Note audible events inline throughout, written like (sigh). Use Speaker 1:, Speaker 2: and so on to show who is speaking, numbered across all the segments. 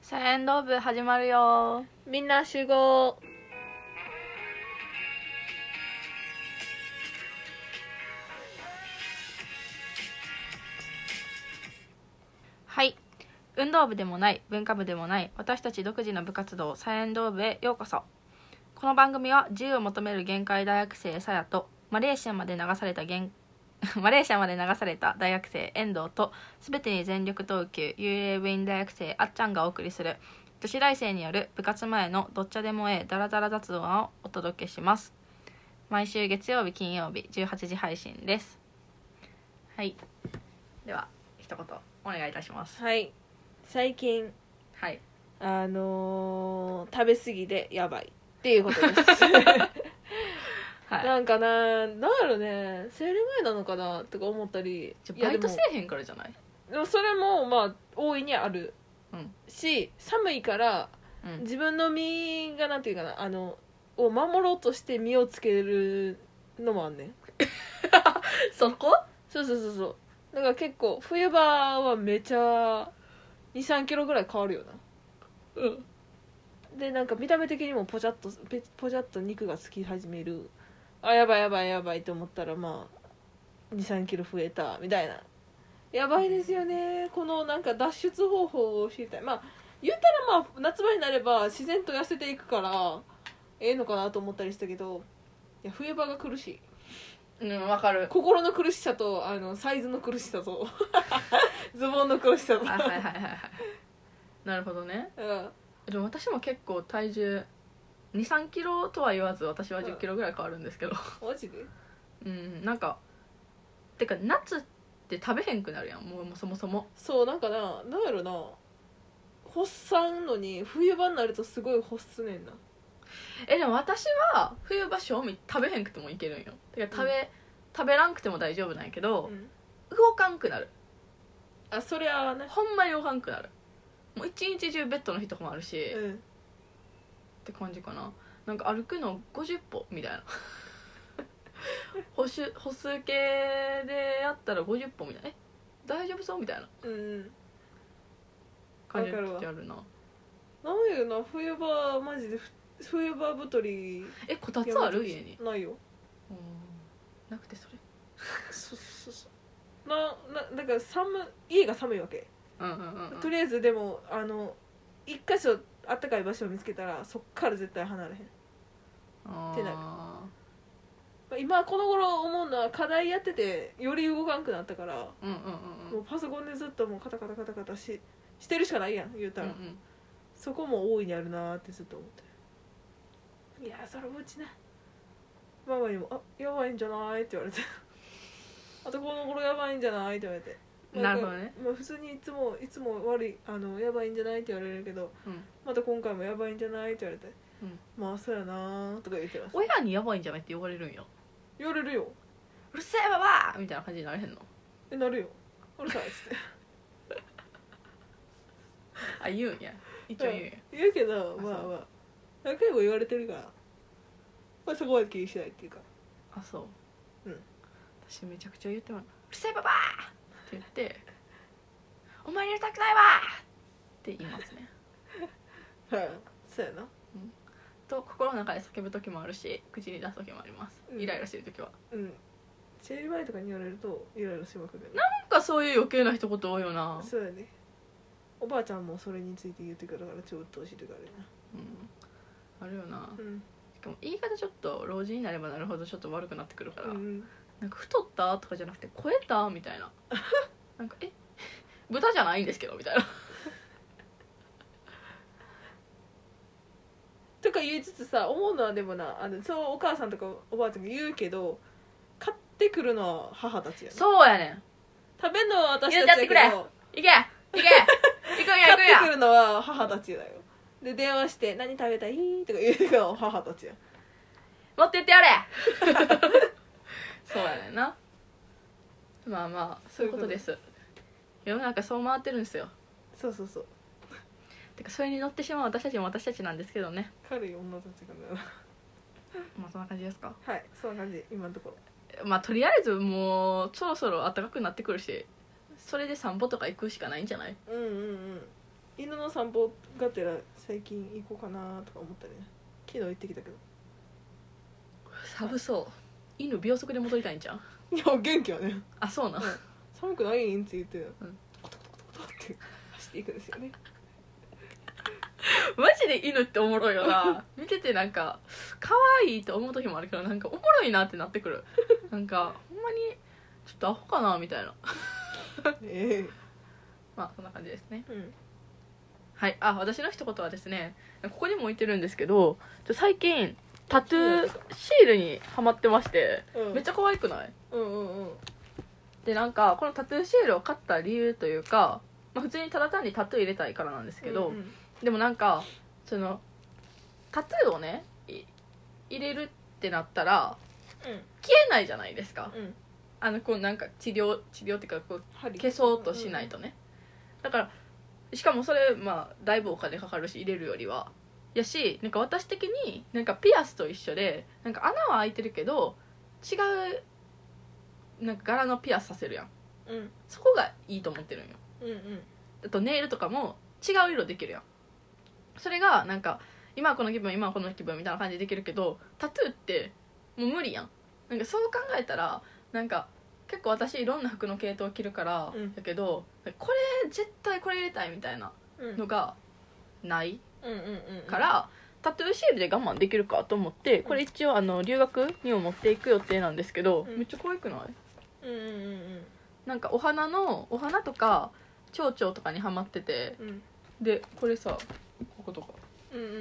Speaker 1: サイン動部始まるよ
Speaker 2: みんな集合
Speaker 1: はい運動部でもない文化部でもない私たち独自の部活動サイエン動部へようこそこの番組は自由を求める限界大学生さやとマレーシアまで流された限 (laughs) マレーシアまで流された大学生遠藤と全てに全力投球幽霊部員大学生あっちゃんがお送りする女子大生による部活前のどっちゃでもええダラダラ雑談をお届けします毎週月曜日金曜日18時配信ですはいでは一言お願いいたします
Speaker 2: はい最近
Speaker 1: はい
Speaker 2: あのー食べ過ぎでやばいっていうことです
Speaker 1: (laughs) はい
Speaker 2: なんかななんだろうね生理前なのかなとか思ったり
Speaker 1: じゃ
Speaker 2: い
Speaker 1: あ
Speaker 2: や
Speaker 1: バイト
Speaker 2: で
Speaker 1: せ
Speaker 2: も
Speaker 1: えへんからじゃない
Speaker 2: でもそれもまあ大いにある
Speaker 1: うん
Speaker 2: し寒いから
Speaker 1: うん
Speaker 2: 自分の身がなんていうかなあのを守ろうとして身をつけるのもあんねん
Speaker 1: (laughs) そこ
Speaker 2: そうそうそうそうだから結構冬場はめちゃ23キロぐらい変わるよ
Speaker 1: うん
Speaker 2: なでなんか見た目的にもポチャッとぺポチャッと肉がつき始めるあやばいやばいやばいと思ったらまあ23キロ増えたみたいなやばいですよねこのなんか脱出方法を知りたいまあ言うたらまあ夏場になれば自然と痩せていくからええのかなと思ったりしたけどいや冬場が苦しい
Speaker 1: うんわかる
Speaker 2: 心の苦しさとあのサイズの苦しさと (laughs) ズボンの苦しさと、
Speaker 1: あはいはいはいはいなるほどね
Speaker 2: うん、
Speaker 1: でも私も結構体重23キロとは言わず私は
Speaker 2: うん
Speaker 1: 10キロぐらい変わるんですけど
Speaker 2: マジで
Speaker 1: うんなんかてか夏って食べへんくなるやんもうもうそもそも
Speaker 2: そうなんかななんやろな発散のに冬場になるとすごい発すねんな
Speaker 1: えでも私は冬場賞味食べへんくてもいけるんよてか食べ、食べらんくても大丈夫なんやけど、
Speaker 2: うん
Speaker 1: 動かんくなる
Speaker 2: あそりゃあね
Speaker 1: ほんまに動かんくなるもう一日中ベッドの日とかもあるし、
Speaker 2: う
Speaker 1: っ
Speaker 2: ん
Speaker 1: て感じかななんか歩くの50歩みたいな歩数歩数計でやったら50歩みたいなえ大丈夫そうみたいな
Speaker 2: うん
Speaker 1: 感じの
Speaker 2: わかるわ
Speaker 1: 時あるな
Speaker 2: なんやろな冬場マジでふ冬場太り
Speaker 1: えこたつある家に
Speaker 2: ないよ
Speaker 1: うんなくてそれ
Speaker 2: そそそななだから寒家が寒いわけ
Speaker 1: うんうんうん、うん、
Speaker 2: とりあえずでもあの一箇所あったかい場所を見つけたらそっから絶対離れへんってなる
Speaker 1: あ
Speaker 2: まあ今この頃思うのは課題やっててより動かんくなったから
Speaker 1: ーうんうんうんう
Speaker 2: も
Speaker 1: ん
Speaker 2: うパソコンでずっともうカタカタカタカタししてるしかないやん言うたら、
Speaker 1: うんうん
Speaker 2: そこも大いにあるなーってずっと思ってるいやーそれもうちなママにも「あやばいんじゃない?」って言われて「あとこの頃やばいんじゃない?」って言われて
Speaker 1: なるほどね、
Speaker 2: まあ、普通にいつもいつも悪いあのやばいんじゃないって言われるけど
Speaker 1: うん
Speaker 2: また今回もやばいんじゃないって言われて、
Speaker 1: うん
Speaker 2: まあそうやなーとか言ってます
Speaker 1: 親にやばいんじゃないって言われるんよ
Speaker 2: 言われるよ
Speaker 1: うるせえわわみたいな感じになれへんの
Speaker 2: えなるようるさいっつって
Speaker 1: あ言うんや一応言うんや、
Speaker 2: 言うけど
Speaker 1: あ
Speaker 2: まあ
Speaker 1: そう
Speaker 2: まあ何回も言われてるから、まあ、そこは気にしないっていうか
Speaker 1: あそう
Speaker 2: うん
Speaker 1: 私めちゃくちゃ言ってもらう「うるせえばばあ!」って言って「お前に入れたくないわ!」って言いますね
Speaker 2: はいそうやな
Speaker 1: と心の中で叫ぶ時もあるし口に出す時もあります
Speaker 2: うん
Speaker 1: イライラしてる時は、
Speaker 2: うんチェリーバイとかに言われるとイライラしまくるよね
Speaker 1: なんかそういう余計な一言多いよな、
Speaker 2: そうやねおばあちゃんもそれについて言ってくるから超鬱陶しいとかあ
Speaker 1: うん、あるよな
Speaker 2: るな
Speaker 1: しかも言い方ちょっと老人になればなるほどちょっと悪くなってくるから、
Speaker 2: うん、うん、
Speaker 1: なんか太ったとかじゃなくて超えたみ
Speaker 2: (laughs)
Speaker 1: たいななんかえ豚じゃないんですけどみたい
Speaker 2: (laughs)
Speaker 1: な
Speaker 2: とか言いつつさ思うのはでもなあのそうお母さんとかおばあちゃんが言うけど買ってくるのは母たちやね
Speaker 1: そうやね
Speaker 2: 食べるのは私
Speaker 1: いや
Speaker 2: た
Speaker 1: やって
Speaker 2: ち
Speaker 1: く
Speaker 2: や
Speaker 1: れ
Speaker 2: けど
Speaker 1: んいけいけ行くんや行くん
Speaker 2: 買って
Speaker 1: や
Speaker 2: くるのは母たちだよで電話して「何食べたい?」とか言うのは母たちや
Speaker 1: 持ってってやれ (laughs) そうやねんなまあまあそういうことです世の中そう回ってるんですよ
Speaker 2: そうそうそう
Speaker 1: てかそれに乗ってしまう私たちも私たちなんですけどね
Speaker 2: 軽い女たちかな
Speaker 1: まあそんな感じですか
Speaker 2: はいそんな感じ今のところ
Speaker 1: まあとりあえずもうそろそろ暖かくなってくるしそれで散歩とか行くしかないんじゃない
Speaker 2: うんうんうん犬の散歩がてら最近行こうかなとか思ったりね昨日行ってきたけど
Speaker 1: 寒そう犬秒速で戻 (laughs) りたいんじゃん
Speaker 2: いや元気はね
Speaker 1: あそうなん
Speaker 2: 寒くないんって言って、
Speaker 1: ん
Speaker 2: コトコトコトコトって走っていくんです
Speaker 1: (laughs)
Speaker 2: よね
Speaker 1: マジで犬っておもろいよ
Speaker 2: (laughs)
Speaker 1: な見ててなんか可愛いと思う時もあるけどなんかおもろいなってなってく
Speaker 2: (laughs)
Speaker 1: るなんかほんまにちょっとアホかなみたいな
Speaker 2: え
Speaker 1: まあそんな感じですね
Speaker 2: えうん
Speaker 1: はいあ私の一言はですねここにも置いてるんですけどちょ最近タトゥーシールにハマってまして
Speaker 2: うん
Speaker 1: めっちゃ可愛くない
Speaker 2: うんうんうん
Speaker 1: でなんかこのタトゥーシールを買った理由というか、まあ、普通にただ単にタトゥー入れたいからなんですけど、
Speaker 2: うんうん
Speaker 1: でもなんかそのタトゥーをねい入れるってなったら消えないじゃないですか
Speaker 2: うんうん
Speaker 1: あのこうなんか治療治療っていうかこう
Speaker 2: 針
Speaker 1: 消そうとしないとねだからしかもそれまあだいぶお金かかるし入れるよりはやしなんか私的になんかピアスと一緒でなんか穴は開いてるけど違うなんか柄のピアスさせるやん
Speaker 2: うんうん
Speaker 1: そこがいいと思ってるんよ
Speaker 2: うんうん
Speaker 1: あとネイルとかも違う色できるやんそれがなんか今はこの気分今はこの気分みたいな感じでできるけどタトゥーってもう無理やんなんかそう考えたらなんか結構私いろんな服の系統着るから
Speaker 2: うん
Speaker 1: だけど、これ絶対これ入れたいみたいな
Speaker 2: うん
Speaker 1: のがない
Speaker 2: うんうんうん
Speaker 1: から、タトゥーシールで我慢できるかと思ってこれ一応あの留学にも持っていく予定なんですけど、
Speaker 2: うん
Speaker 1: めっちゃ可愛くない
Speaker 2: うんうんうん
Speaker 1: なんかお花のお花とか蝶々とかにはまってて
Speaker 2: うんうん
Speaker 1: でこれさこことか
Speaker 2: うんうんう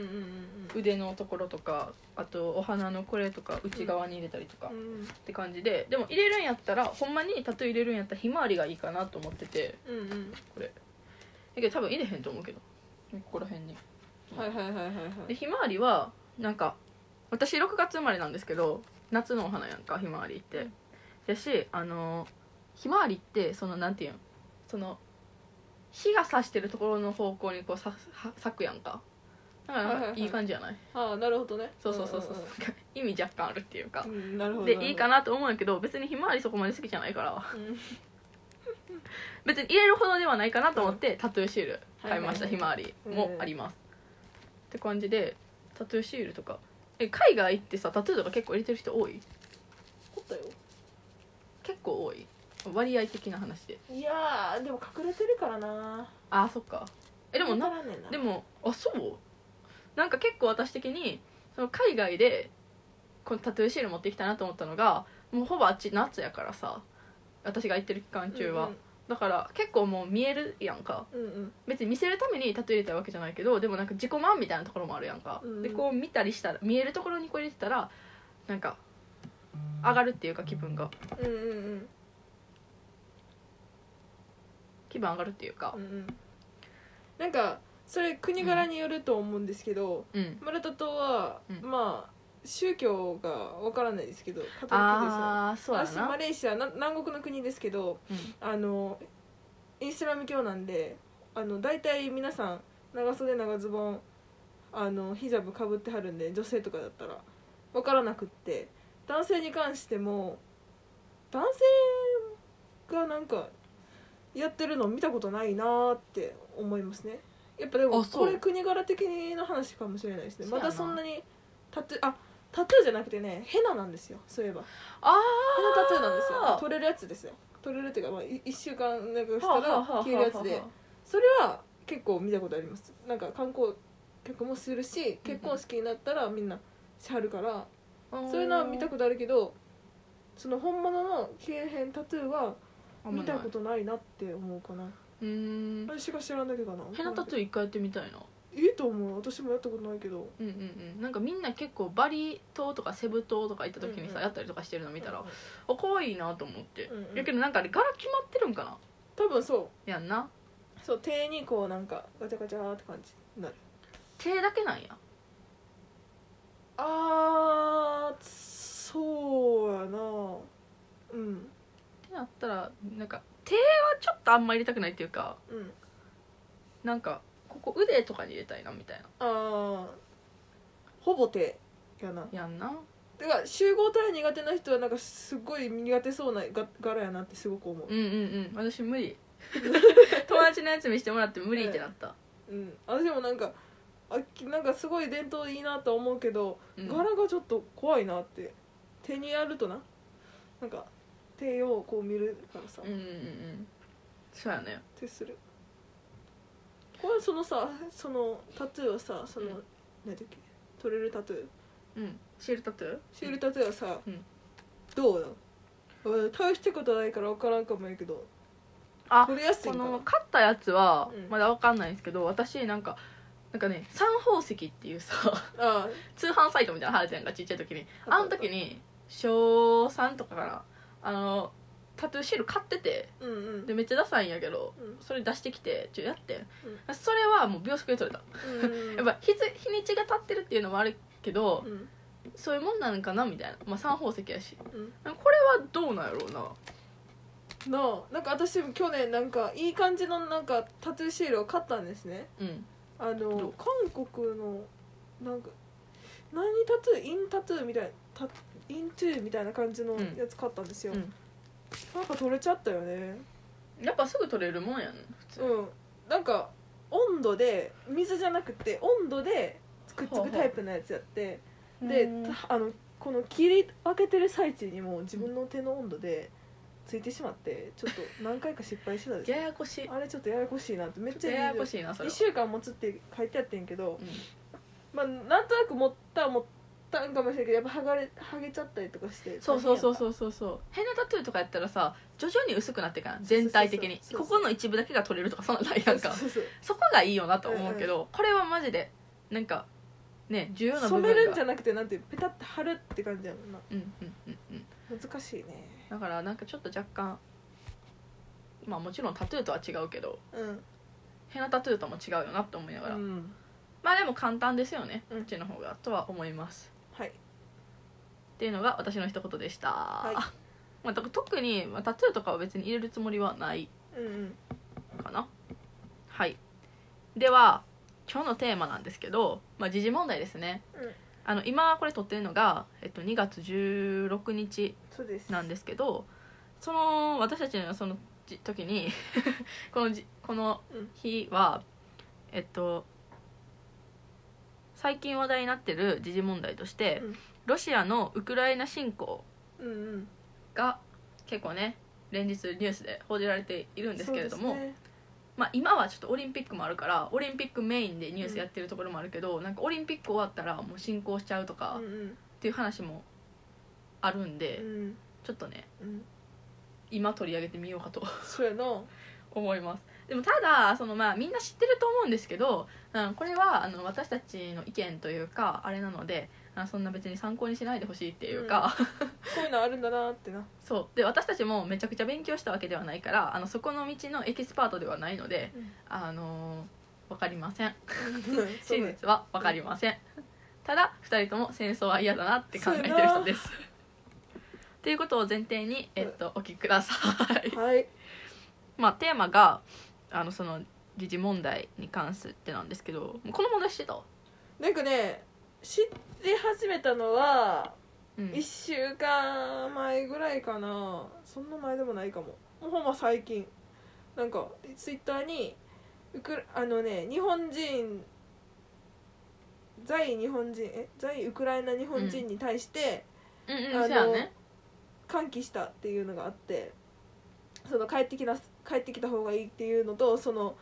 Speaker 2: ん
Speaker 1: 腕のところとかあとお花のこれとか内側に入れたりとか、
Speaker 2: う
Speaker 1: っ
Speaker 2: ん
Speaker 1: て感じででも入れるんやったらほんまにタトゥー入れるんやったらひまわりがいいかなと思ってて
Speaker 2: うんうん
Speaker 1: だけど多分入れへんと思うけどここら辺に
Speaker 2: はいはいはいはいは
Speaker 1: で
Speaker 2: い
Speaker 1: ひまわりはなんか私6月生まれなんですけど夏のお花やんかひまわりって、
Speaker 2: うん
Speaker 1: やしあのひまわりってそのなんていうんその日が差してるところの方向にこうさは咲くやんかだからなんかいい感じじゃない
Speaker 2: ああなるほどね
Speaker 1: そうそうそうそうなんか意味若干あるっていうか
Speaker 2: うんうんうんなるほど
Speaker 1: でいいか
Speaker 2: な
Speaker 1: なと思うんやけど別にひまわりそこまで好きじゃないから
Speaker 2: るほどうん
Speaker 1: 別に入れるほどではないかなと思ってタトゥーシール買いました
Speaker 2: はい
Speaker 1: ひ
Speaker 2: は
Speaker 1: ま
Speaker 2: い
Speaker 1: わりもありますって感じでタトゥーシールとかえ海外行ってさタトゥーとか結構入れてる人多い
Speaker 2: 凝ったよ
Speaker 1: 結構多い割合的な話で
Speaker 2: いやーでも隠れてるからな
Speaker 1: あーそっかえでも
Speaker 2: わ
Speaker 1: な
Speaker 2: からんねんな
Speaker 1: でもあそうなんか結構私的にその海外でこのタトゥーシール持ってきたなと思ったのがもうほぼあっち夏やからさ私が行ってる期間中は、だから結構もう見えるやんか
Speaker 2: うんうん
Speaker 1: 別に見せるためにタトゥー入れたいわけじゃないけどでもなんか自己満みたいなところもあるやんか、
Speaker 2: うん
Speaker 1: でこう見たりしたら見えるところにこう入れてたらなんか上がるっていうか気分が
Speaker 2: うんうんうん
Speaker 1: 気分上がるっていうか
Speaker 2: うんうんなんかそれ国柄によると思うんですけど、
Speaker 1: うん、
Speaker 2: マルタ島は、
Speaker 1: うん
Speaker 2: まあ宗教がわからないですけどカトリックですよ
Speaker 1: ああそうや
Speaker 2: 私マ
Speaker 1: な、
Speaker 2: レーシアな南国の国ですけど
Speaker 1: うん
Speaker 2: あのイスラム教なんであの大体皆さん長袖長ズボンあのヒジャブかぶってはるんで女性とかだったら分からなくって男性に関しても男性がなんかやってるの見たことないなーって思いますねやっぱでも
Speaker 1: あそ
Speaker 2: こ
Speaker 1: う
Speaker 2: れ国柄的な話かもしれないですね
Speaker 1: そう
Speaker 2: ま
Speaker 1: やな
Speaker 2: だそんなにタトゥーあタトゥーじゃなくてねヘナなんですよそういえば
Speaker 1: あ
Speaker 2: このタトゥーなんです
Speaker 1: あ
Speaker 2: よ
Speaker 1: ー
Speaker 2: 取れるやつですよ取れるっていうか、まあ、い一週間なんか
Speaker 1: あ
Speaker 2: したら消えるやつ
Speaker 1: は
Speaker 2: で
Speaker 1: あは
Speaker 2: それは結構見たことありますなんか観光客もするし結婚式になったらみんなしはるから、
Speaker 1: あはあ
Speaker 2: そういうのは見たことあるけどその本物の消えへんタトゥーは
Speaker 1: あんま
Speaker 2: 見
Speaker 1: ない
Speaker 2: たことないなって思うかな
Speaker 1: うーん
Speaker 2: 私が知らんだけかな
Speaker 1: ヘナタトゥー一回やってみたいな
Speaker 2: ーいいと思う私もやったことないけど
Speaker 1: うんうんうんなんかみんな結構バリ島とかセブ島とか行った時にさ、
Speaker 2: うんうん
Speaker 1: やったりとかしてるの見たら、
Speaker 2: うんうん
Speaker 1: あ可愛いなと思って、
Speaker 2: うんうん
Speaker 1: やけどなんかあれ柄決まってるんかな
Speaker 2: 多分そう
Speaker 1: やんな
Speaker 2: そう手にこうなんかガチャガチャって感じになる
Speaker 1: 手だけなんや
Speaker 2: あーそうやなうん
Speaker 1: ってなったらなんか手はちょっとあんま入れたくないっていうか
Speaker 2: うん
Speaker 1: なんかここ腕とかに入れたいなみたいな
Speaker 2: あーほぼ手やな
Speaker 1: やんな
Speaker 2: てか集合体苦手な人はなんかすごい苦手そうなが柄やなってすごく思
Speaker 1: (laughs)
Speaker 2: う
Speaker 1: うんうんうん私無理友達のやつ見してもらって無理ってなった、
Speaker 2: うん、私もなんかあきなんかすごい伝統いいなと思うけど、
Speaker 1: うん
Speaker 2: 柄がちょっと怖いなって手にやるとななんか手をこう見るからさ、
Speaker 1: うんうんうんそうやね
Speaker 2: 手するこれそのさそのタトゥーをさその、
Speaker 1: うん
Speaker 2: 何だっけ取れるタトゥー
Speaker 1: うんシールタトゥー
Speaker 2: シールタトゥーはさ、
Speaker 1: うん
Speaker 2: どうだ俺大したことないから分からんかもやけど
Speaker 1: あ
Speaker 2: 取れやすいん
Speaker 1: こ
Speaker 2: かな
Speaker 1: の買ったやつは
Speaker 2: うん
Speaker 1: まだわかんないんですけど、私なんかなんかね三宝石っていうさ (laughs)
Speaker 2: あ
Speaker 1: 通販サイトみたいなの流行ってんかちっちゃい時に
Speaker 2: あ
Speaker 1: あの時に小3とかかなあのタトゥーシール買ってて
Speaker 2: うんうん
Speaker 1: でめっちゃダサいんやけど
Speaker 2: うん
Speaker 1: それ出してきてちょやってん、それはもう秒速で取れた
Speaker 2: うん
Speaker 1: やっぱ日付日にちが経ってるっていうのもあるけど、
Speaker 2: うん
Speaker 1: そういうもんなんかなみたいな、まあ、三宝石やし
Speaker 2: うん
Speaker 1: これはどうなんやろうな
Speaker 2: のなんか私も去年なんかいい感じのなんかタトゥーシールを買ったんですね
Speaker 1: うん
Speaker 2: あ
Speaker 1: どう
Speaker 2: の韓国のなんか何タトゥーインタトゥーみたいなタイントゥーみたいな感じの
Speaker 1: うん
Speaker 2: やつ買ったんですよ、
Speaker 1: うん
Speaker 2: なんか取れちゃったよね
Speaker 1: やっぱすぐ取れるもんやね普通
Speaker 2: うんなんか温度で水じゃなくて温度でくっつ
Speaker 1: ほうほ
Speaker 2: く
Speaker 1: う
Speaker 2: タイプのやつやってでたあのこの切り分けてる最中にもう自分の手の温度でついてしまってちょっと何回か失敗してたんです
Speaker 1: や
Speaker 2: よ
Speaker 1: やこしい
Speaker 2: あれちょっとややこしいなってめっちゃ
Speaker 1: ややこ
Speaker 2: い
Speaker 1: しいなそれ
Speaker 2: 1
Speaker 1: は
Speaker 2: 週間持つって書いてあってんけど
Speaker 1: う、ん
Speaker 2: まあ、なんとなく持ったは持ったんかもしれんけどやっぱ剥がれ剥げちゃったりとかして
Speaker 1: そうそうそう
Speaker 2: う
Speaker 1: そうそうそう変なタトゥーとかやったらさ徐々に薄くなってから全体的に
Speaker 2: そうそうそうそう
Speaker 1: ここの一部だけが取れるとかそんなんないやんか
Speaker 2: そうそう
Speaker 1: そこがいいよなと思うけど、これはマジでなんかね重要
Speaker 2: そう
Speaker 1: な部分
Speaker 2: 染
Speaker 1: が
Speaker 2: めるんじゃなくてなんてペタッて貼るって感じやもんな
Speaker 1: うんうんうんうん
Speaker 2: 難しいね
Speaker 1: だからなんかちょっと若干まあもちろんタトゥーとは違うけど
Speaker 2: うん
Speaker 1: 変なタトゥーとも違うよなって思いながら、
Speaker 2: うん
Speaker 1: まあでも簡単ですよね、
Speaker 2: う
Speaker 1: うんちの方がとは思います
Speaker 2: はい
Speaker 1: っていうのが私の一言でした、
Speaker 2: い
Speaker 1: まあ、と特に、まあ、タトゥーとかは別に入れるつもりはない
Speaker 2: うんうん
Speaker 1: かなはいでは今日のテーマなんですけど、まあ、時事問題ですね、
Speaker 2: うん
Speaker 1: あの今これ撮ってるのが、えっと、2月16日
Speaker 2: そうです
Speaker 1: なんですけどその私たちのそのじ時に (laughs) このじこの
Speaker 2: うん
Speaker 1: 日は、えっと最近話題になってる時事問題として、
Speaker 2: うん
Speaker 1: ロシアのウクライナ侵攻
Speaker 2: うんうん
Speaker 1: が結構ね連日ニュースで報じられているんですけれども、
Speaker 2: そうですね
Speaker 1: まあ、今はちょっとオリンピックもあるからオリンピックメインでニュースやってるところもあるけど、なんかオリンピック終わったらもう進行しちゃうとか
Speaker 2: うんうん
Speaker 1: っていう話もあるんで、
Speaker 2: うん
Speaker 1: ちょっとね
Speaker 2: うん
Speaker 1: 今取り上げてみようかと
Speaker 2: そうやな
Speaker 1: 思いますでもただその、まあ、みんな知ってると思うんですけどうんこれはあの私たちの意見というかあれなのであそんな別に参考にしないでほしいっていうか、
Speaker 2: こういうのあるんだなって
Speaker 1: (laughs)
Speaker 2: な
Speaker 1: そうで私たちもめちゃくちゃ勉強したわけではないからあのそこの道のエキスパートではないので、
Speaker 2: うん
Speaker 1: あの分かりません
Speaker 2: (laughs) そう
Speaker 1: 真
Speaker 2: ね
Speaker 1: 実は分かりませんただ2人とも戦争は嫌だなって考えてる人です (laughs) ということを前提に、えっと、お聞きください (laughs)
Speaker 2: はい
Speaker 1: まあテーマがあのその時事問題に関してなんですけどこの問題してた、
Speaker 2: なんかね知り始めたのは
Speaker 1: うん
Speaker 2: 1週間前ぐらいかなそんな前でもないかももうほんま最近なんかツイッターにウクラあのね日本人在日本人え在ウクライナ日本人に対して
Speaker 1: うんうん
Speaker 2: あの
Speaker 1: そうやね
Speaker 2: 歓喜したっていうのがあってその帰ってきな帰ってきた方がいいっていうのとその、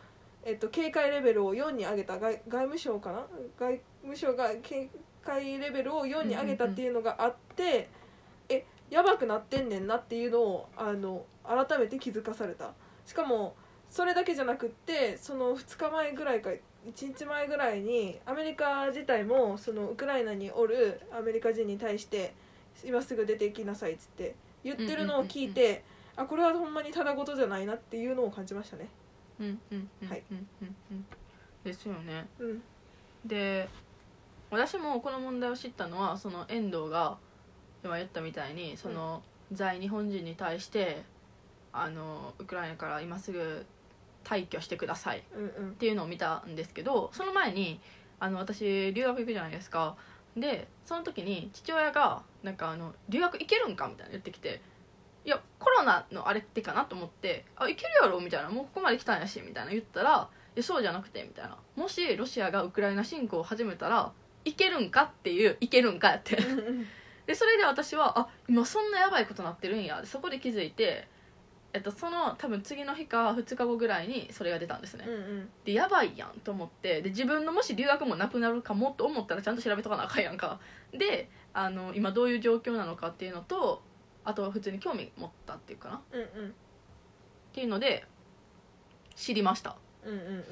Speaker 2: えっと、警戒レベルを4に上げた外外務省かな外務省が警戒レベルを4に上げたっていうのがあって、えやばくなってんねんなっていうのをあの改めて気づかされたしかもそれだけじゃなくってその2日前ぐらいか1日前ぐらいにアメリカ自体もそのウクライナにおるアメリカ人に対して今すぐ出て行きなさいっつって言ってるのを聞いてあこれはほんまにただ事じゃないなっていうのを感じましたね
Speaker 1: うんうんうんうん
Speaker 2: はい
Speaker 1: うんうんですよね
Speaker 2: うん
Speaker 1: で私もこの問題を知ったのはその遠藤が今言ったみたいにその在日本人に対してあのウクライナから今すぐ退去してくださいっ
Speaker 2: うんうん
Speaker 1: ていうのを見たんですけどその前にあの私留学行くじゃないですかでその時に父親がなんかあの留学行けるんかみたいな言ってきていやコロナのあれってかなと思ってあ行けるやろみたいなもうここまで来たんやしみたいな言ったらいややそうじゃなくてみたいなもしロシアがウクライナ侵攻を始めたらいけるんかっていういけるんかやってでそれで私はあ今そんなやばいことなってるんやでそこで気づいて、えっと、その多分次の日か2日後ぐらいにそれが出たんですね、
Speaker 2: うん
Speaker 1: でやばいやんと思ってで自分のもし留学もなくなるかもと思ったらちゃんと調べとかなあかんやんかであの今どういう状況なのかっていうのとあとは普通に興味持ったっていうかなっ
Speaker 2: うんうん
Speaker 1: ていうので知りました
Speaker 2: うんうん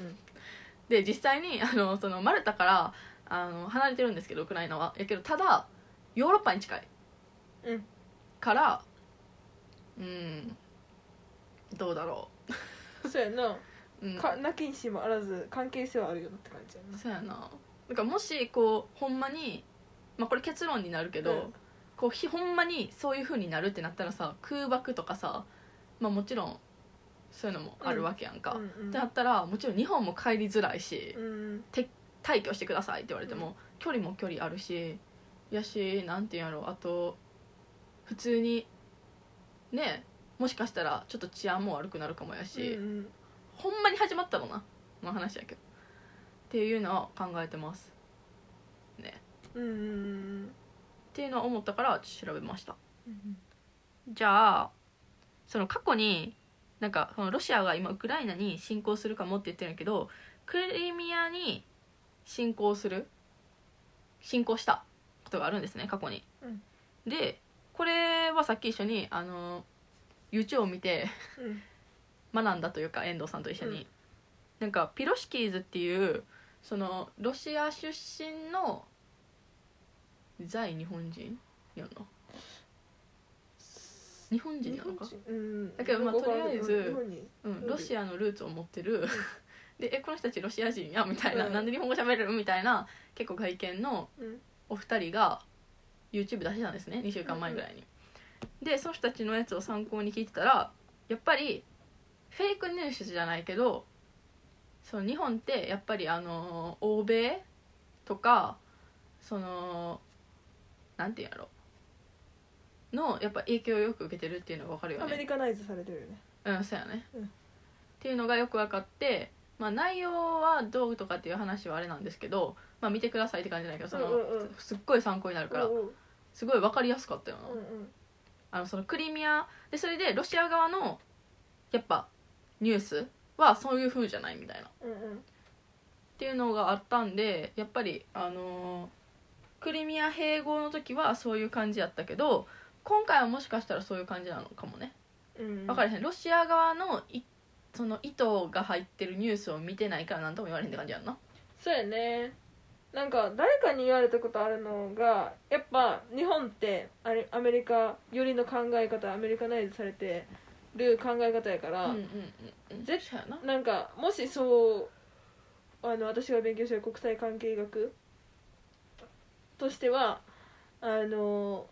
Speaker 1: で実際にあのそのマルタからあの離れてるんですけどウクライナはやけどただヨーロッパに近い
Speaker 2: うん
Speaker 1: からうんどうだろ
Speaker 2: うんそうやな
Speaker 1: う、うん、
Speaker 2: かなきにしもあらず関係性はあるよなって感じやな
Speaker 1: そうやななんかもしこうほんまに、まあ、これ結論になるけど、
Speaker 2: うん
Speaker 1: こうひほんまにそういう風になるってなったらさ空爆とかさ、まあ、もちろんそういうのもあるわけやんか、
Speaker 2: うんうん
Speaker 1: ってなったらもちろん日本も帰りづらいし、
Speaker 2: うん
Speaker 1: 退去してくださいって言われても、距離も距離あるしやしなんていうんやろあと普通にねもしかしたらちょっと治安も悪くなるかもやし、
Speaker 2: うん
Speaker 1: ほんまに始まったのなの話やけどっていうのは考えてます
Speaker 2: うんうん
Speaker 1: っていうのは思ったからちょっと調べました
Speaker 2: うん
Speaker 1: じゃあその過去になんかそのロシアが今ウクライナに侵攻するかもって言ってるんやけどクリミアに侵攻する侵攻したことがあるんですね過去に。
Speaker 2: うん
Speaker 1: でこれはさっき一緒にあの YouTube を見て
Speaker 2: うん
Speaker 1: 学んだというか遠藤さんと一緒に、
Speaker 2: うん
Speaker 1: なんかピロシキーズっていうそのロシア出身の在日本人やんな日本人なのか
Speaker 2: 日本人うん
Speaker 1: だけどまあ
Speaker 2: なんかわかんない
Speaker 1: とりあえず
Speaker 2: 日本に
Speaker 1: うん、
Speaker 2: うん
Speaker 1: ロシアのルーツを持ってる (laughs) でえこの人たちロシア人やみたいな、
Speaker 2: うん
Speaker 1: なんで日本語喋れるみたいな結構外見の
Speaker 2: うん
Speaker 1: お二人が YouTube 出してたんですね2週間前ぐらいに、でその人たちのやつを参考に聞いてたらやっぱりフェイクニュースじゃないけどその日本ってやっぱりあの欧米とかそのなんていうんやろのやっぱ影響をよく受けてるっていうのが分かるよね
Speaker 2: アメリカナイズされてるよね
Speaker 1: うんそうやね、
Speaker 2: うん
Speaker 1: っていうのがよく分かって、まあ、内容はどうとかっていう話はあれなんですけど、まあ、見てくださいって感じじゃないけどその、
Speaker 2: うんうんうん
Speaker 1: すっごい参考になるから、
Speaker 2: うんうん
Speaker 1: すごい分かりやすかったよな、
Speaker 2: うん
Speaker 1: あのそのクリミアでそれでロシア側のやっぱニュースはそういう風じゃないみたいなっ
Speaker 2: うんうん
Speaker 1: ていうのがあったんでやっぱりあのークリミア併合の時はそういう感じやったけど今回はもしかしたらそういう感じなのかもね
Speaker 2: うん
Speaker 1: 分かれへんロシア側のいその意図が入ってるニュースを見てないから何とも言われへんって感じやんな
Speaker 2: そうやねなんか誰かに言われたことあるのがやっぱ日本ってあれアメリカ寄りの考え方アメリカナイズされてる考え方やから、
Speaker 1: うんうん
Speaker 2: 絶
Speaker 1: 対な
Speaker 2: なんかもしそうあの私が勉強してる国際関係学としてはあの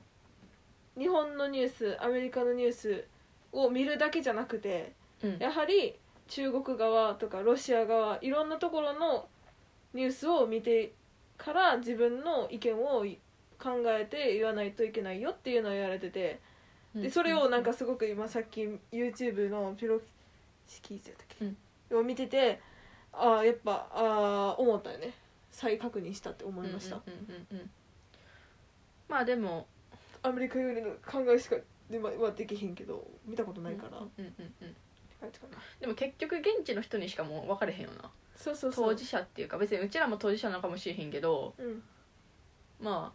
Speaker 2: 日本のニュースアメリカのニュースを見るだけじゃなくて
Speaker 1: うん
Speaker 2: やはり中国側とかロシア側いろんなところのニュースを見てから自分の意見を考えて言わないといけないよっていうのを言われててでそれをなんかすごく今さっき YouTube のピロシキーズやったっけ、を見ててああやっぱああ思ったよね再確認したって思いました、
Speaker 1: うんうんうんうんうんまあでも
Speaker 2: アメリカよりの考えしかでまはできへんけど見たことないから、
Speaker 1: うんうんうんうん
Speaker 2: 感じかな
Speaker 1: でも結局現地の人にしかもう分かれへんよな
Speaker 2: そうそうそう
Speaker 1: 当事者っていうか別にうちらも当事者なのかもしれへんけど
Speaker 2: うん
Speaker 1: ま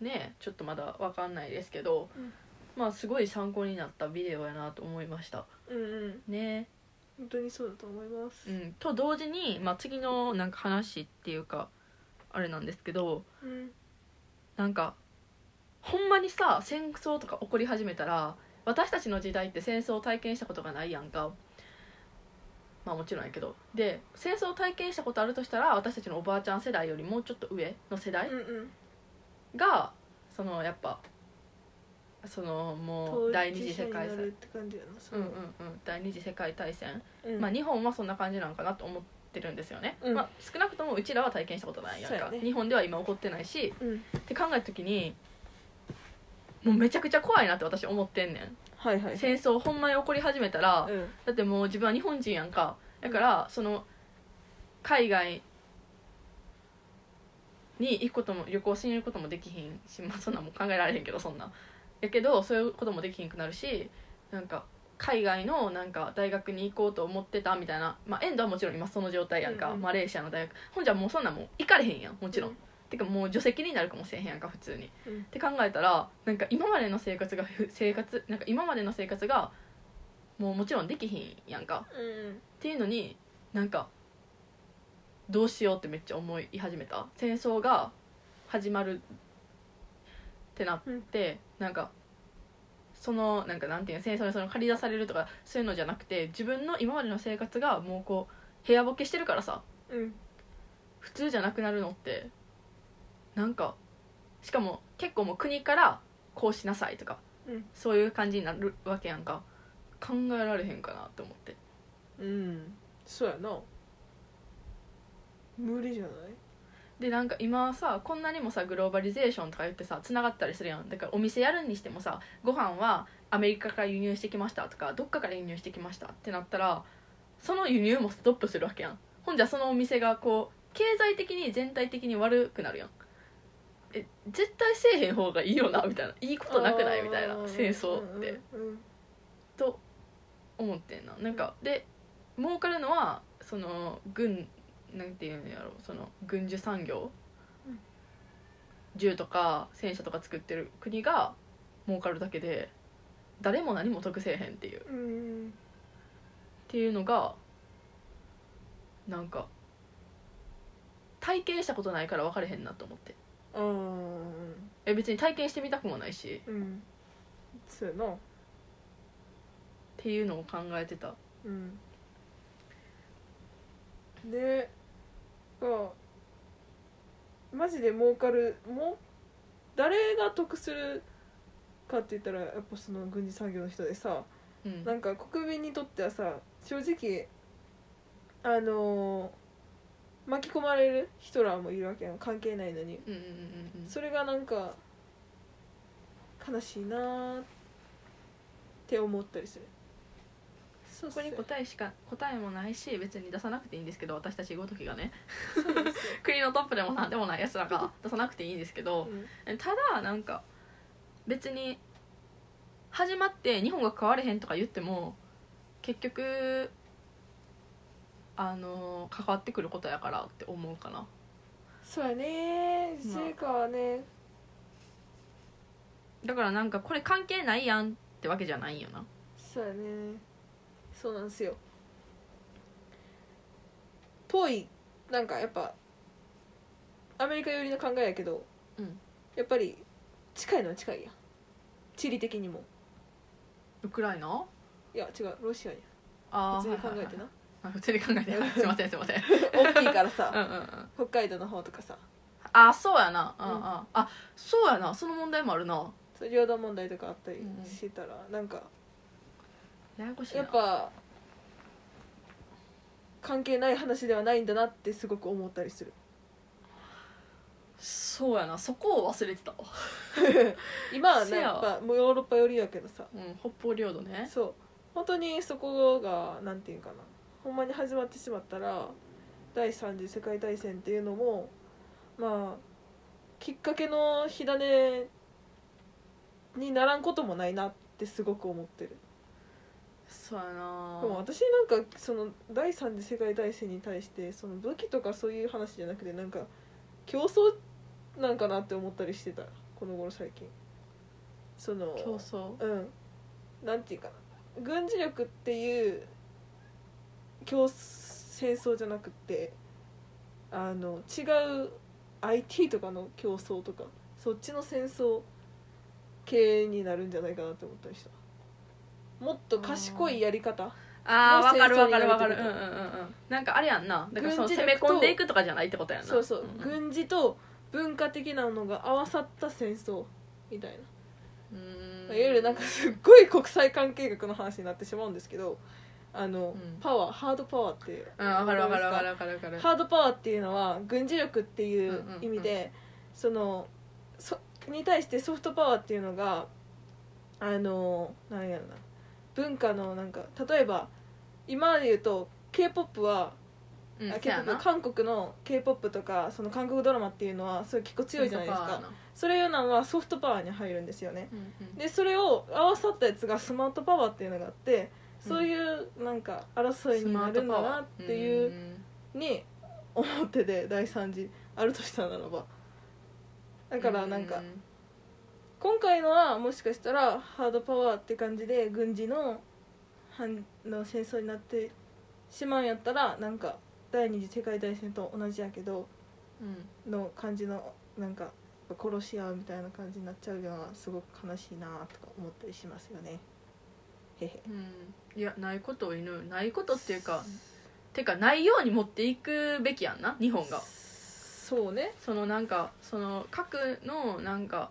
Speaker 1: あねえちょっとまだ分かんないですけど、
Speaker 2: うん
Speaker 1: まあすごい参考になったビデオやなと思いました
Speaker 2: うんうん
Speaker 1: ねえ
Speaker 2: 本当にそうだと思います、
Speaker 1: うん、と同時に、まあ、次のなんか話っていうかあれなんですけど
Speaker 2: うん
Speaker 1: なんかほんまにさ戦争とか起こり始めたら私たちの時代って戦争を体験したことがないやんかまあもちろんやけどで戦争を体験したことあるとしたら私たちのおばあちゃん世代よりもうちょっと上の世代
Speaker 2: うんうん
Speaker 1: がそのやっぱそのもう第二次世界
Speaker 2: 当事者になるっ
Speaker 1: 戦
Speaker 2: て感じやなそ
Speaker 1: うん
Speaker 2: う
Speaker 1: うんうん第二次世界大戦
Speaker 2: うん
Speaker 1: まあ、日本はそんな感じなんかなと思ってるんですよね、
Speaker 2: うん
Speaker 1: まあ、少なくともうちらは体験したことないやん
Speaker 2: そう
Speaker 1: か、
Speaker 2: やね
Speaker 1: 日本では今起こってないし
Speaker 2: うん
Speaker 1: って考えた時にもうめちゃくちゃ怖いなって私思ってんねん
Speaker 2: はいはい
Speaker 1: 戦争ほんまに起こり始めたら
Speaker 2: うん
Speaker 1: だってもう自分は日本人やんかだからその海外に行くことも旅行しに行くこともできひんし、まあ、そんなんもう考えられへんけどそんなんやけどそういうこともできひんくなるしなんか海外のなんか大学に行こうと思ってたみたいな、まあ、エンドはもちろん今その状態やんか、
Speaker 2: うんうん
Speaker 1: マレーシアの大学ほんじゃもうそんなんもう行かれへんやんもちろん、
Speaker 2: うん
Speaker 1: てかもう除籍になるかもしれへんやんか普通に、
Speaker 2: う
Speaker 1: っ
Speaker 2: ん
Speaker 1: て考えたらなんか今までの生活がふ生活なんか今までの生活がもうもちろんできひんやんか
Speaker 2: うん
Speaker 1: っていうのになんかどうしようってめっちゃ思い始めた戦争が始まるってなって、なんかそのなんかなんていうの戦争にその駆り出されるとかそういうのじゃなくて自分の今までの生活がもうこう部屋ボケしてるからさ
Speaker 2: うん
Speaker 1: 普通じゃなくなるのってなんかしかも結構もう国からこうしなさいとか、
Speaker 2: うん
Speaker 1: そういう感じになるわけやんか考えられへんかなと思って
Speaker 2: うんそうやな無理じゃない
Speaker 1: でなんか今さこんなにもさグローバリゼーションとか言ってさつながったりするやんだからお店やるにしてもさご飯はアメリカから輸入してきましたとかどっかから輸入してきましたってなったらその輸入もストップするわけやんほんじゃそのお店がこう経済的に全体的に悪くなるやんえ絶対せえへん方がいいよなみたいないいことなくないみたいな
Speaker 2: あー
Speaker 1: 戦争って、
Speaker 2: うんうん
Speaker 1: と思ってんななんかで儲かるのはその軍なんていうんやろその軍需産業、
Speaker 2: うん
Speaker 1: 銃とか戦車とか作ってる国が儲かるだけで誰も何も得せえへんっていうっ
Speaker 2: うん
Speaker 1: ていうのがなんか体験したことないから分かれへんなと思って
Speaker 2: あー
Speaker 1: え別に体験してみたくもないし
Speaker 2: うんそうやな
Speaker 1: っていうのを考えてた
Speaker 2: うんでがマジで儲かるも誰が得するかって言ったらやっぱその軍事産業の人でさ
Speaker 1: うん
Speaker 2: なんか国民にとってはさ正直あのー巻き込まれる人らもいるわけやん関係ないのに
Speaker 1: うんうんうんうん
Speaker 2: それがなんか悲しいなーって思ったりするそうっ
Speaker 1: こ
Speaker 2: す
Speaker 1: こに答えしか答えもないし別に出さなくていいんですけど私たちごときがね
Speaker 2: そうですよ
Speaker 1: (laughs) 国のトップでもなんでもないやつらが出さなくていいんですけど
Speaker 2: うん
Speaker 1: ただなんか別に始まって日本が変われへんとか言っても結局あの関わってくることやからって思うかな
Speaker 2: そうやねー
Speaker 1: まあ
Speaker 2: 成果はね
Speaker 1: だからなんかこれ関係ないやんってわけじゃないんよな
Speaker 2: そうやねそうなんですよぽいなんかやっぱアメリカ寄りの考えやけど、
Speaker 1: うん
Speaker 2: やっぱり近いのは近いやん地理的にも
Speaker 1: ウクライナ
Speaker 2: いや違うロシアに
Speaker 1: あー
Speaker 2: 普通に考えてな、
Speaker 1: はいはいはいあ普通に考えて (laughs) すいませんすいません
Speaker 2: 大きいから
Speaker 1: うん
Speaker 2: さ
Speaker 1: うん (laughs) うん
Speaker 2: 北海道の方とかさ
Speaker 1: あそうやな、うん
Speaker 2: うん
Speaker 1: うん、あそうやなその問題もあるな
Speaker 2: そう領土問題とかあったり
Speaker 1: うんうん
Speaker 2: してたら、なんか
Speaker 1: ややこしいな
Speaker 2: やっぱ関係ない話ではないんだなってすごく思ったりする
Speaker 1: そうやなそこを忘れてたわ
Speaker 2: 今は
Speaker 1: せ
Speaker 2: ね
Speaker 1: や
Speaker 2: やっぱもうヨーロッパ寄りやけどさ
Speaker 1: うん北方領土ね
Speaker 2: そう本当にそこがなんていうんかなほんまに始まってしまったら第三次世界大戦っていうのもまあきっかけの火種にならんこともないなってすごく思ってる
Speaker 1: そうやな
Speaker 2: でも私なんかその第三次世界大戦に対してその武器とかそういう話じゃなくてなんか競争なんかなって思ったりしてたこの頃最近その
Speaker 1: 競争
Speaker 2: うんなんていうかな軍事力っていう競戦争じゃなくてあの違う IT とかの競争とかそっちの戦争系になるんじゃないかなって思ったりしたもっと賢いやり方
Speaker 1: あー
Speaker 2: もう
Speaker 1: わかるわかるわか
Speaker 2: 戦争
Speaker 1: る
Speaker 2: に
Speaker 1: うん
Speaker 2: な
Speaker 1: うん
Speaker 2: る
Speaker 1: うんうんなんかあれやんなだからその
Speaker 2: 軍事
Speaker 1: 攻め
Speaker 2: 力と
Speaker 1: 込んでいくとかじゃないってことやんな
Speaker 2: そうそう、
Speaker 1: ん
Speaker 2: 軍事と文化的なのが合わさった戦争みたいな
Speaker 1: うん
Speaker 2: いわゆるなんかすっごい国際関係学の話になってしまうんですけどあ
Speaker 1: う
Speaker 2: の、
Speaker 1: ん
Speaker 2: パワーハードパワーって
Speaker 1: うんわかるわかるわかる
Speaker 2: わか
Speaker 1: わかるわか
Speaker 2: りま
Speaker 1: る
Speaker 2: すかハードパワーっていうのは軍事力っていう意味で、
Speaker 1: う
Speaker 2: そのそに対してソフトパワーっていうのがあのなんやろな文化のなんか例えば今で言うと k p o p は、
Speaker 1: うん
Speaker 2: あ
Speaker 1: せや
Speaker 2: K-POP
Speaker 1: な
Speaker 2: 韓国の k p o p とかその韓国ドラマっていうのはそれ結構強いじゃないです
Speaker 1: ソフト
Speaker 2: か
Speaker 1: パワーな
Speaker 2: それいうのはソフトパワーに入るんですよね
Speaker 1: うんうん
Speaker 2: でそれを合わさったやつがスマートパワーっていうのがあってそういうなんか争いになるんだなっていう
Speaker 1: スマートパワーん
Speaker 2: に思ってて第3次あるとしたならばだからなんか今回のはもしかしたらハードパワーって感じで軍事の反の戦争になってしまうんやったらなんか第二次世界大戦と同じやけど
Speaker 1: うんうん
Speaker 2: の感じのなんか殺し合うみたいな感じになっちゃうのはすごく悲しいなとか思ったりしますよねへへ
Speaker 1: うんいやないことを祈るないことっていうかてかないように持っていくべきやんな日本が
Speaker 2: そうね
Speaker 1: そのなんかその核のなんか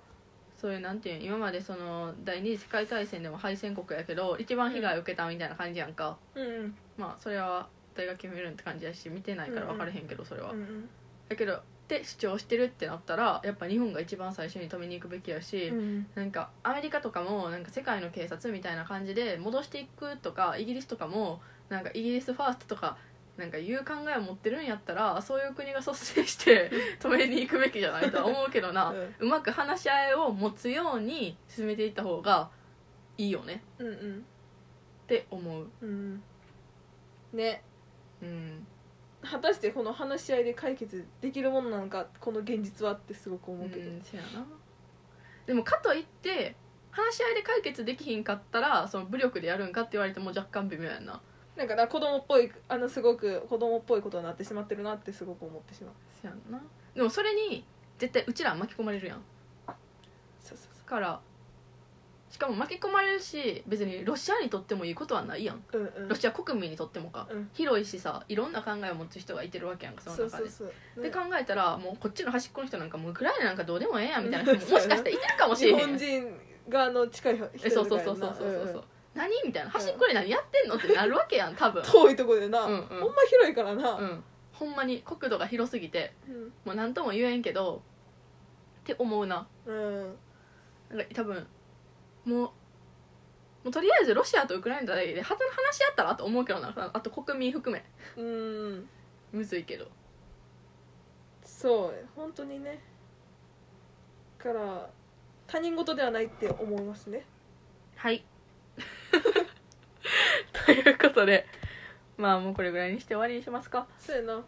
Speaker 1: そういうなんていうん今までその第二次世界大戦でも敗戦国やけど一番被害を受けたみたいな感じやんか、
Speaker 2: うんうん
Speaker 1: まあそれは大学決めるんって感じやし見てないから分からへんけどそれは、
Speaker 2: うんうん
Speaker 1: だけどって主張してるってなったらやっぱ日本が一番最初に止めに行くべきやし、
Speaker 2: うん
Speaker 1: なんかアメリカとかもなんか世界の警察みたいな感じで戻していくとかイギリスとかもなんかイギリスファーストとかなんかいう考えを持ってるんやったらそういう国が率先して
Speaker 2: (laughs)
Speaker 1: 止めに行くべきじゃないとは思うけどな、うまく話し合いを持つように進めていった方がいいよね
Speaker 2: うんうん
Speaker 1: って思う
Speaker 2: うんね
Speaker 1: うん
Speaker 2: 果たしてこの話し合いで解決できるものなのかこの現実はってすごく思うけど、
Speaker 1: うんせやなでもかといって話し合いで解決できひんかったらその武力でやるんかって言われても若干微妙やんな
Speaker 2: なんかな子供っぽいあのすごく子供っぽいことになってしまってるなってすごく思ってしまう
Speaker 1: せやんなでもそれに絶対うちらは巻き込まれるやんだ
Speaker 2: そうそうそ
Speaker 1: からしかも巻き込まれるし別にロシアにとってもいいことはないやん
Speaker 2: ううんうん
Speaker 1: ロシア国民にとってもか、
Speaker 2: うん
Speaker 1: 広いしさいろんな考えを持つ人がいてるわけやんかその
Speaker 2: そう
Speaker 1: 中
Speaker 2: そ
Speaker 1: で
Speaker 2: うそう
Speaker 1: で
Speaker 2: ね
Speaker 1: 考えたらもうこっちの端っこの人なんかもうウクライナなんかどうでもええやんみたい
Speaker 2: (laughs)
Speaker 1: な
Speaker 2: うん
Speaker 1: 人ももしかしたらいてるかもし
Speaker 2: 日
Speaker 1: れへん
Speaker 2: 本人があの近い人
Speaker 1: えそうそうそうそうそうそうそう、何みたいな端っこで何やってんのってなるわけやん多分
Speaker 2: 遠いとこでな、
Speaker 1: うんうん
Speaker 2: ほんま広いからな、
Speaker 1: うんほんまに国土が広すぎて
Speaker 2: うん
Speaker 1: もう何とも言えんけどって思うな
Speaker 2: うん
Speaker 1: なんか多分もうもうとりあえずロシアとウクライナだけではた話し合ったらと思うけどなあと国民含め
Speaker 2: うん
Speaker 1: むずいけど
Speaker 2: そう本当にねだから他人事ではないって思いますね
Speaker 1: はいということでまあもうこれぐらいにして終わりにしますか
Speaker 2: そうやな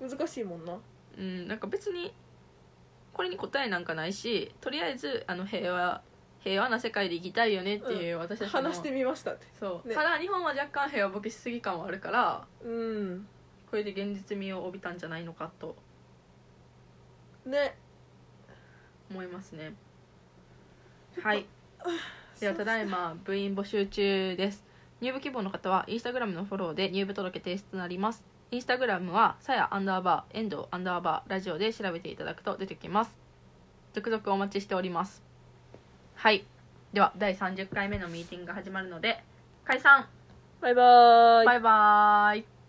Speaker 2: 難しいもんな
Speaker 1: うんなんか別にこれに答えなんかないしとりあえずあの平和平和な世界で生きたいよねっていう私たちの、
Speaker 2: 話してみましたって
Speaker 1: そう、
Speaker 2: ね
Speaker 1: ただ日本は若干平和ボケしすぎ感はあるから
Speaker 2: うん
Speaker 1: これで現実味を帯びたんじゃないのかと
Speaker 2: ね
Speaker 1: 思いますねはいではただいま部員募集中です入部希望の方はインスタグラムのフォローで入部届提出となりますインスタグラムはさやアンダーバー遠藤アンダーバーラジオで調べていただくと出てきます続々お待ちしておりますはいでは第30回目のミーティングが始まるので解散
Speaker 2: バイバーイ
Speaker 1: バイバーイ